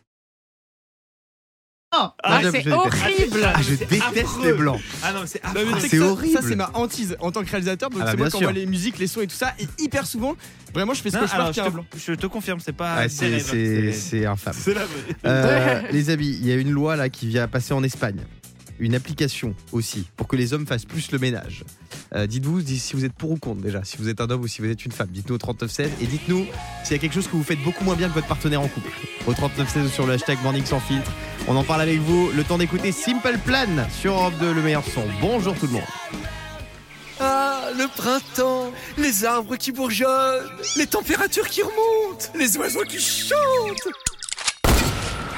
S3: Ah, j'avoue, je déteste. Ah, je déteste les blancs.
S4: Ah non, c'est
S3: affreux.
S12: tu sais
S3: C'est
S12: que ça-
S3: horrible.
S12: Ça, c'est ma hantise en tant que réalisateur. Donc,
S3: Ah bah,
S12: c'est moi
S3: bien
S12: qui
S3: sûr.
S12: envoie les musiques, les sons et tout ça. Et hyper souvent, vraiment, je fais ce
S4: Non,
S12: que je
S4: alors,
S12: marque
S4: je
S12: un
S4: te-
S12: blanc.
S4: Je te confirme, c'est pas.
S3: Ah,
S4: des
S3: c'est-
S4: rêves. hein.
S3: c'est c'est infâme.
S4: C'est la
S3: Euh, les amis, il y a une loi là qui vient passer en Espagne. Une application aussi pour que les hommes fassent plus le ménage. Euh, dites-vous dites- si vous êtes pour ou contre déjà, si vous êtes un homme ou si vous êtes une femme. Dites-nous au 3916 et dites-nous s'il y a quelque chose que vous faites beaucoup moins bien que votre partenaire en couple. Au 3916 ou sur le hashtag Morning sans filtre. On en parle avec vous. Le temps d'écouter Simple Plan sur Europe 2, le meilleur son. Bonjour tout le monde.
S11: Ah, le printemps, les arbres qui bourgeonnent, les températures qui remontent, les oiseaux qui chantent.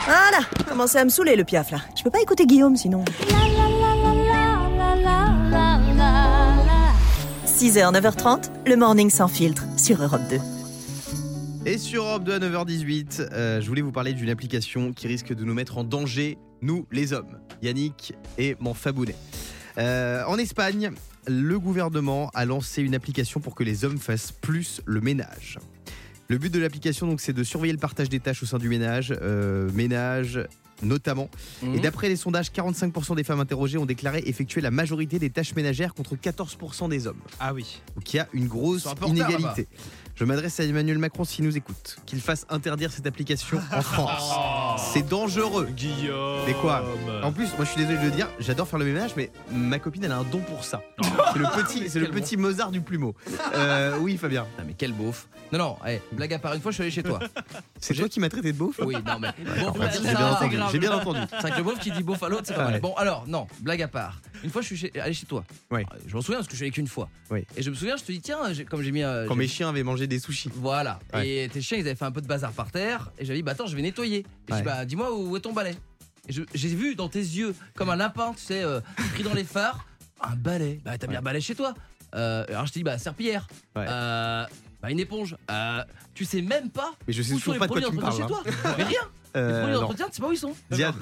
S1: Ah là, commencez à me saouler le piaf là. Je peux pas écouter Guillaume sinon. 6h, 9h30, le morning sans filtre sur Europe 2.
S3: Et sur Europe 2 à 9h18, euh, je voulais vous parler d'une application qui risque de nous mettre en danger, nous les hommes, Yannick et mon Fabounet. Euh, en Espagne, le gouvernement a lancé une application pour que les hommes fassent plus le ménage. Le but de l'application, donc, c'est de surveiller le partage des tâches au sein du ménage, euh, ménage notamment. Et
S5: Mhm.
S3: d'après les sondages, 45% des femmes interrogées ont déclaré effectuer la majorité des tâches ménagères contre 14% des hommes.
S4: Ah oui.
S3: Donc il y a une grosse
S4: Ils sont un peu en retard,
S3: inégalité. Je m'adresse à Emmanuel Macron s'il nous écoute, qu'il fasse interdire cette application en
S4: Ah.
S3: France. C'est dangereux.
S2: Guillaume.
S3: Mais quoi En plus, moi je suis désolé de le dire, j'adore faire le ménage, mais ma copine elle a un don pour ça.
S5: Oh.
S3: C'est le petit, c'est le petit Mozart du plumeau. Euh, oui, Fabien.
S5: Ah, mais quel beauf. Non, non, eh, blague à part, une fois je suis allé chez toi.
S3: C'est toi qui m'as traité de beauf
S5: Oui, non, mais.
S3: D'accord,
S5: Beauf,
S3: merci,
S5: bah, ça,
S3: j'ai bien
S5: c'est
S3: entendu,
S5: grave.
S3: j'ai bien entendu.
S5: C'est vrai que le beauf qui dit beauf à l'autre, c'est pas
S3: Ouais.
S5: mal. Bon, alors, non, blague à part. Une fois je suis chez- allé chez toi.
S3: Ouais.
S5: Euh, Je m'en souviens parce que je suis allé qu'une fois.
S3: Oui.
S5: Et je me souviens, je te dis, tiens, j'ai- comme j'ai mis. euh,
S3: Quand
S5: j'ai-
S3: mes chiens avaient mangé des sushis.
S5: Voilà.
S3: Ouais.
S5: Et tes chiens, ils avaient fait un peu de bazar par terre. Et j'avais dit, bah attends, je vais nettoyer. Et je
S3: Ouais.
S5: dis, bah dis-moi où est ton balai. Et je- j'ai vu dans tes yeux, comme un lapin, tu sais, euh, pris dans les phares, un balai. Bah t'as bien un balai chez toi. Euh, alors je te dis, bah serpillière.
S3: Ouais.
S5: Euh, bah une éponge. Euh, tu sais même pas.
S3: Mais je sais
S5: où
S3: toujours
S5: sont les
S3: pas de quoi
S5: produits
S3: tu me
S5: d'entretien
S3: parles, hein.
S5: chez toi. Mais rien. les
S3: Euh,
S5: produits
S3: non.
S5: d'entretien, tu sais pas où ils sont.
S3: Diane,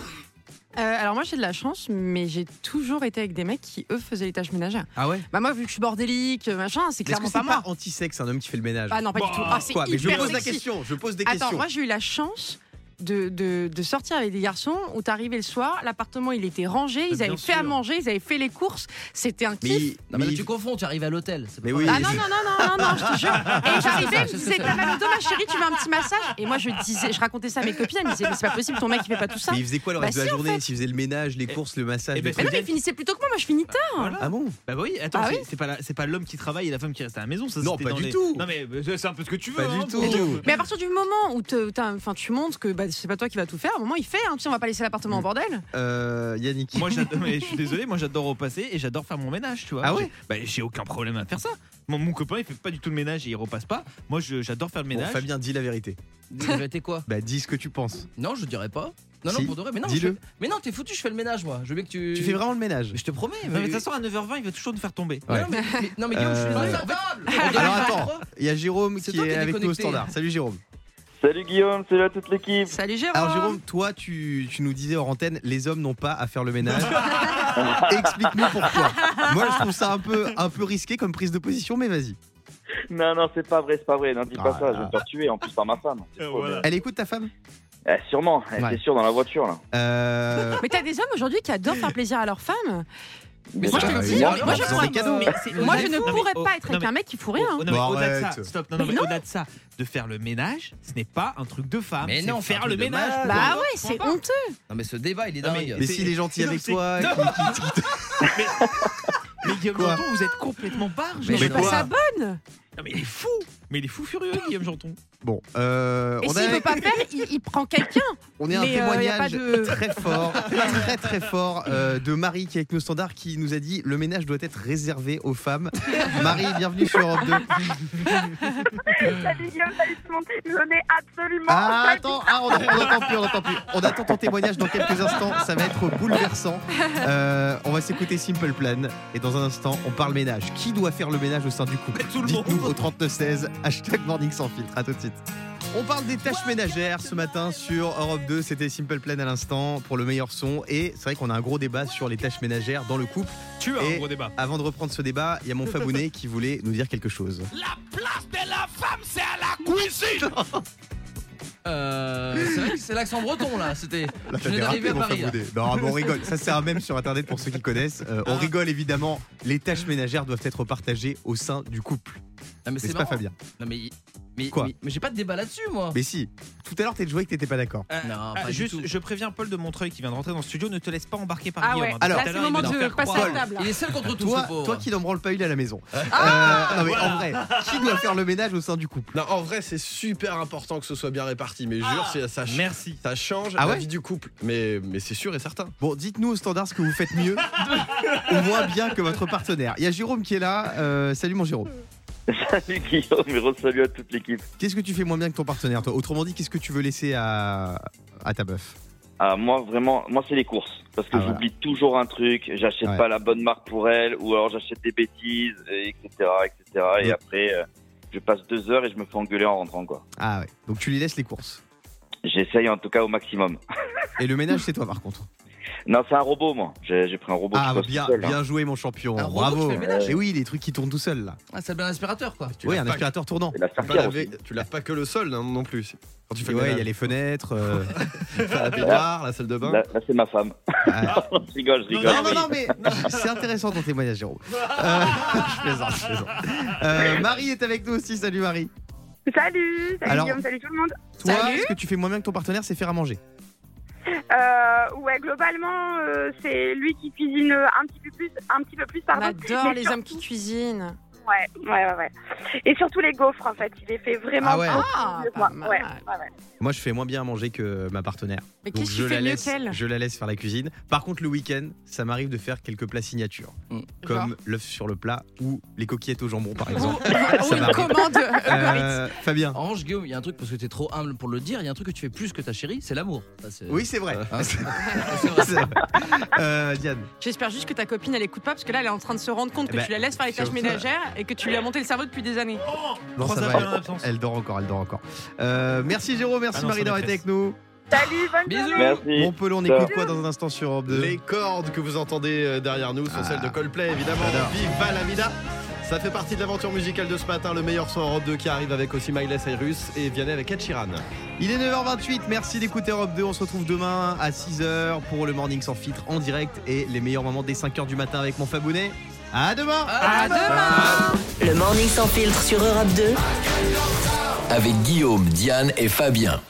S6: Euh, alors moi j'ai de la chance, mais j'ai toujours été avec des mecs qui eux faisaient les tâches ménagères.
S3: Ah ouais
S6: Bah moi vu que je suis bordélique, euh, machin, c'est
S3: est-ce que
S6: clairement
S3: c'est
S6: pas
S3: pas, Bah
S6: moi.
S3: anti-sexe un homme qui fait le ménage
S6: Ah non, pas du tout. Ah, c'est
S3: Quoi Mais je
S6: hyper
S3: pose la
S6: sexy.
S3: question, je pose des
S6: Attends,
S3: questions.
S6: moi j'ai eu la chance. De, de- de sortir avec des garçons où t'arrivais le soir, l'appartement il était rangé, ils
S5: Bien
S6: avaient fait
S5: sûr.
S6: à manger, ils avaient fait les courses, c'était un
S3: Mais,
S6: kiff.
S5: Non, mais là,
S3: mais-
S5: tu confonds, tu arrives à l'hôtel. c'est pas
S3: Mais
S5: pareil.
S3: oui.
S6: Ah non, non, non, non, non, non, je te jure. Et j'arrivais, je me disais,
S5: C'est ça.
S6: t'as mal au dos, ma chérie, tu veux un petit massage Et moi, je disais, je racontais ça à mes copines, elles me disaient, mais c'est pas possible, ton mec, il fait pas tout ça.
S3: mais il faisait quoi le
S6: Bah
S3: reste de la
S6: si, en
S3: journée
S6: fait.
S3: S'il faisait le ménage, les courses, le massage, les
S4: Eh ben,
S6: Mais
S3: trucs
S6: non, mais il finissait plus tôt que moi, moi, je finis tard.
S3: Ah bon
S4: Bah oui, attends,
S6: Ah
S4: c'est-
S6: oui
S4: c'est pas la- c'est pas l'homme qui travaille et la femme qui reste à la maison, ça
S3: Non,
S4: c'était
S3: pas
S4: dans
S3: du
S4: les-
S3: tout.
S4: Non mais euh, c'est un peu ce que tu veux.
S3: Pas
S4: hein,
S3: du
S4: bon.
S3: tout.
S6: Mais à partir du moment où te- t'as- enfin, tu montres que bah, c'est pas toi qui vas tout faire, à un moment, il fait, hein, tu sais, on va pas laisser l'appartement
S3: Mm.
S6: en bordel.
S3: Euh, Yannick.
S4: Moi j'adore, mais je suis désolé, moi j'adore repasser et j'adore faire mon ménage, tu vois.
S3: Ah ouais
S4: J'ai- Bah j'ai aucun problème à faire ça. Mon, mon copain il fait pas du tout le ménage et il repasse pas. Moi je- j'adore faire le
S3: Bon,
S4: ménage.
S3: Fabien, dis la vérité.
S5: La vérité, quoi
S3: Bah, dis ce que tu penses.
S5: Non, je dirais pas. Non,
S3: Si.
S5: non, pour de vrai. Mais non,
S3: Dis-le.
S5: je- mais non, t'es foutu, je fais le ménage, moi. Je veux bien que tu.
S3: Tu fais vraiment le ménage.
S5: Mais je te promets.
S4: Non, mais de toute façon à 9h20 il va toujours nous faire tomber.
S5: Non, mais, mais- non, mais Guillaume, je suis
S3: Euh,
S5: désolé, en fait, on dirait
S3: Alors
S5: pas
S3: attends,
S5: trois.
S3: il y a Jérôme
S5: C'est
S3: qui
S5: toi
S3: est
S5: qui es
S3: avec nous au
S5: déconnecté.
S3: standard. Salut Jérôme.
S13: Salut Guillaume, salut à toute l'équipe.
S6: Salut Jérôme.
S3: Alors Jérôme, toi tu, tu nous disais hors antenne, les hommes n'ont pas à faire le ménage. Explique-nous pourquoi. Moi je trouve ça un peu, un peu risqué comme prise de position, mais vas-y.
S13: Non, non, c'est pas vrai, c'est pas vrai. Non, dis pas
S3: Ah
S13: ça,
S3: là
S13: je vais
S3: là.
S13: me faire tuer en plus par ma femme.
S3: Ah,
S4: Euh,
S13: C'est faux,
S3: Elle écoute ta femme
S13: mais- Eh, sûrement, elle
S3: Ouais.
S13: était sûre dans la voiture là.
S3: Euh,
S6: Mais t'as des hommes aujourd'hui qui adorent faire plaisir à leurs femmes.
S13: Mais
S6: moi,
S13: ça,
S6: je te le
S3: Ah,
S13: bah,
S6: dis,
S13: évidemment,
S6: moi, je
S3: en faisant
S6: pourrais-
S3: des cadeaux.
S4: Mais c'est-
S6: moi, je
S4: non,
S6: ne
S4: mais-
S6: pourrais
S4: oh,
S6: pas être
S4: non,
S6: avec
S4: mais-
S6: un mec qui fout
S5: hein.
S6: rien.
S4: Oh, non, mais
S3: Bon,
S4: au-delà de ça,
S3: arrête.
S4: stop, non, non,
S6: Mais
S4: mais
S6: non.
S4: au-delà de ça, de faire le ménage, ce n'est pas un truc de femme.
S5: Mais non,
S4: c'est faire
S5: c'est un
S4: le
S5: truc de
S4: ménage.
S5: mâche.
S6: Bah
S4: point
S6: ouais,
S4: barre,
S6: c'est
S4: point barre.
S6: honteux.
S5: Non, mais ce débat, il est
S4: Non, mais-
S5: dingue.
S3: mais
S4: c'est-
S3: s'il est gentil
S4: non,
S3: avec
S4: c'est-
S3: toi,
S4: Non.
S3: qui- qui- qui-
S4: Mais, mais Guillaume
S3: Quoi
S4: Janton, vous êtes complètement barge.
S5: Mais
S6: Je
S3: quoi
S6: trouve ça bonne.
S4: Non, mais il est fou. Mais il est fou furieux, Guillaume Janton.
S3: bon, euh,
S6: Et
S3: on,
S6: s'il
S3: a,
S6: veut pas faire, il, il prend quelqu'un.
S3: on a un
S6: Mais, euh, y a pas
S3: témoignage
S6: de-
S3: très fort, très très fort euh, de Marie qui est avec nos standards qui nous a dit le ménage doit être réservé aux femmes. Marie, bienvenue sur Europe 2.
S8: Salut Guillaume, salut tout le monde. Je n'ai absolument
S3: Ah,
S8: pas
S3: attends, ah, on on n'entend plus, on n'entend plus. On attend ton témoignage dans quelques instants, ça va être bouleversant. Euh, on va s'écouter Simple Plan et dans un instant, on parle ménage. Qui doit faire le ménage au sein du couple
S4: Tout le
S3: Dites-nous au 3916, hashtag Morning sans filtre. À tout de suite. On parle des tâches ménagères ce matin sur Europe 2. C'était Simple Plan à l'instant pour le meilleur son. Et c'est vrai qu'on a un gros débat sur les tâches ménagères dans le couple.
S2: Tu as
S3: Et
S2: un gros débat.
S3: Avant de reprendre ce débat, il y a mon Fabounet qui voulait nous dire quelque chose.
S14: La place de la femme, c'est à
S4: Ah,
S14: la cuisine.
S5: Euh, c'est vrai que c'est l'accent breton là, c'était.
S3: Là,
S5: Je
S3: t'as
S5: viens
S3: dérapé,
S5: d'arriver à
S3: mon
S5: Paris. hein. là.
S3: Fabounet. Non, mais on rigole. Ça, c'est un même sur Internet pour ceux qui connaissent. Euh,
S5: Ah.
S3: on rigole évidemment. Les tâches ménagères doivent être partagées au sein du couple.
S5: Non, mais c'est
S3: N'est-ce pas
S5: marrant.
S3: Fabien
S5: Non mais, mais
S3: Quoi
S5: mais, mais j'ai pas de débat là-dessus moi.
S3: Mais si. Tout à l'heure, t'es joué que t'étais pas d'accord.
S4: Euh,
S5: Non,
S4: ah,
S5: pas du
S4: juste,
S5: tout.
S4: je préviens Paul de Montreuil qui vient de rentrer dans le studio, ne te laisse pas embarquer par
S5: Ah
S4: Guillaume.
S5: ouais,
S4: hein.
S5: là,
S4: Tout à
S5: c'est le
S4: l'heure, il
S5: moment
S4: va nous
S5: de
S4: faire
S5: passer
S4: croire.
S5: à table. Il est seul contre tous, hein.
S3: Euh, toi,
S5: ce pauvre.
S3: Toi qui n'en branle pas une à la maison.
S5: Ah
S3: Euh, non mais en vrai, qui doit faire le ménage au sein du couple
S15: Non, en vrai, c'est super important que ce soit bien réparti. Mais jure, c'est- ça, ch- ça change
S3: Ah
S15: la
S3: ouais
S15: vie du couple. Mais, mais c'est sûr et certain.
S3: Bon, dites-nous au standard ce que vous faites mieux, au moins bien que votre partenaire. Il y a Jérôme qui est là. Euh, salut mon Jérôme.
S13: Salut Guillaume, et re-salut à toute l'équipe.
S3: Qu'est-ce que tu fais moins bien que ton partenaire, toi Autrement dit, qu'est-ce que tu veux laisser à, à ta meuf
S13: Ah, moi, vraiment, moi, c'est les courses. Parce
S3: Ah
S13: que j'oublie toujours un truc. J'achète
S3: Ouais.
S13: pas la bonne marque pour elle, ou alors j'achète des bêtises, et etc. etc. Et après, euh, je passe deux heures et je me fais engueuler en rentrant, quoi.
S3: Ah ouais. Donc tu lui laisses les courses.
S13: J'essaye en tout cas au maximum.
S3: Et le ménage, c'est toi par contre.
S13: Non, c'est un robot, moi. J'ai j'ai pris un robot.
S3: Ah
S13: qui bosse
S3: bien,
S13: tout seul, hein.
S3: bien joué mon champion.
S15: Ah,
S13: Un robot qui
S3: Bravo.
S13: fait le ménage
S3: Et oui, les trucs qui tournent tout seuls là.
S5: Ah, ça bien l'aspirateur quoi.
S3: oui, un aspirateur tournant.
S15: Tu peux laver- Tu laves pas que le sol hein, non, non plus. Quand tu fais
S3: Et
S15: le
S3: ouais, il y a
S15: ménage.
S3: les fenêtres. euh,
S15: Enfin, la baignoire, la salle de bain.
S13: Là, là, Bah, c'est ma femme. je rigole, je rigole.
S3: Non, non, non, mais c'est intéressant ton témoignage, Jérôme. Euh, je plaisante, je plaisante. Euh, Marie est avec nous aussi. Salut, Marie.
S16: Salut, salut
S3: Alors,
S16: Guillaume, salut tout le monde.
S3: Toi, ce que tu fais moins bien que ton partenaire, c'est faire à manger.
S16: Euh, ouais, globalement, euh, c'est lui qui cuisine euh, un petit peu plus, un petit peu plus
S6: On
S16: pardon.
S6: adore
S16: Mais
S6: les
S16: sur-
S6: hommes qui cuisinent.
S16: Ouais, ouais, ouais, ouais. Et surtout les gaufres, en fait, il les fait vraiment.
S3: Ah ouais.
S16: trop
S6: Ah,
S16: mieux que
S6: pas
S16: moi. ouais, ouais, ouais.
S3: Moi, je fais moins bien à manger que ma partenaire.
S6: Mais
S3: Donc,
S6: qu'est-ce
S3: je
S6: qui
S3: la
S6: fait mieux
S3: laisse-
S6: qu'elle
S3: Je la laisse faire la cuisine. Par contre, le week-end, ça m'arrive de faire quelques plats signatures, comme l'œuf sur le plat ou les coquillettes au jambon,
S6: Oh,
S3: par exemple. Ça m'arrive. Euh, Fabien.
S5: En revanche, Guillaume, il y a un truc, parce que t'es trop humble pour le dire, il y a un truc que tu fais plus que ta chérie, c'est l'amour. Ça,
S3: Oui, c'est vrai.
S5: Hein
S3: Euh, Diane.
S6: J'espère juste que ta copine elle écoute pas parce que là elle est en train de se rendre compte que
S3: Eh ben,
S6: tu la laisses faire les tâches
S3: surtout-
S6: ménagères et que tu lui as monté le cerveau depuis des années.
S3: Non, ça va, elle, elle dort encore, elle dort encore. Euh, merci Jérôme, merci
S15: Ah non,
S3: Marie
S15: ça
S3: d'avoir été
S15: m'intéresse.
S3: avec nous.
S16: Salut, bonne
S15: Bisous.
S3: Merci. Montpellier, on écoute
S15: Ciao.
S3: quoi dans un instant sur Europe 2
S15: Les cordes que vous entendez euh, derrière nous sont celles de Coldplay, évidemment.
S3: J'adore.
S15: Viva la vida Ça fait partie de l'aventure musicale de ce matin. Le meilleur son Europe 2 qui arrive avec aussi Miley Cyrus et Vianney avec Ed Sheeran.
S3: Il est 9h28, merci d'écouter Europe 2. On se retrouve demain à 6h pour le Morning sans filtre en direct et les meilleurs moments dès 5h du matin avec mon Fabonnet. À demain
S1: À demain Le morning sans filtre sur Europe 2.
S7: Avec Guillaume, Diane et Fabien.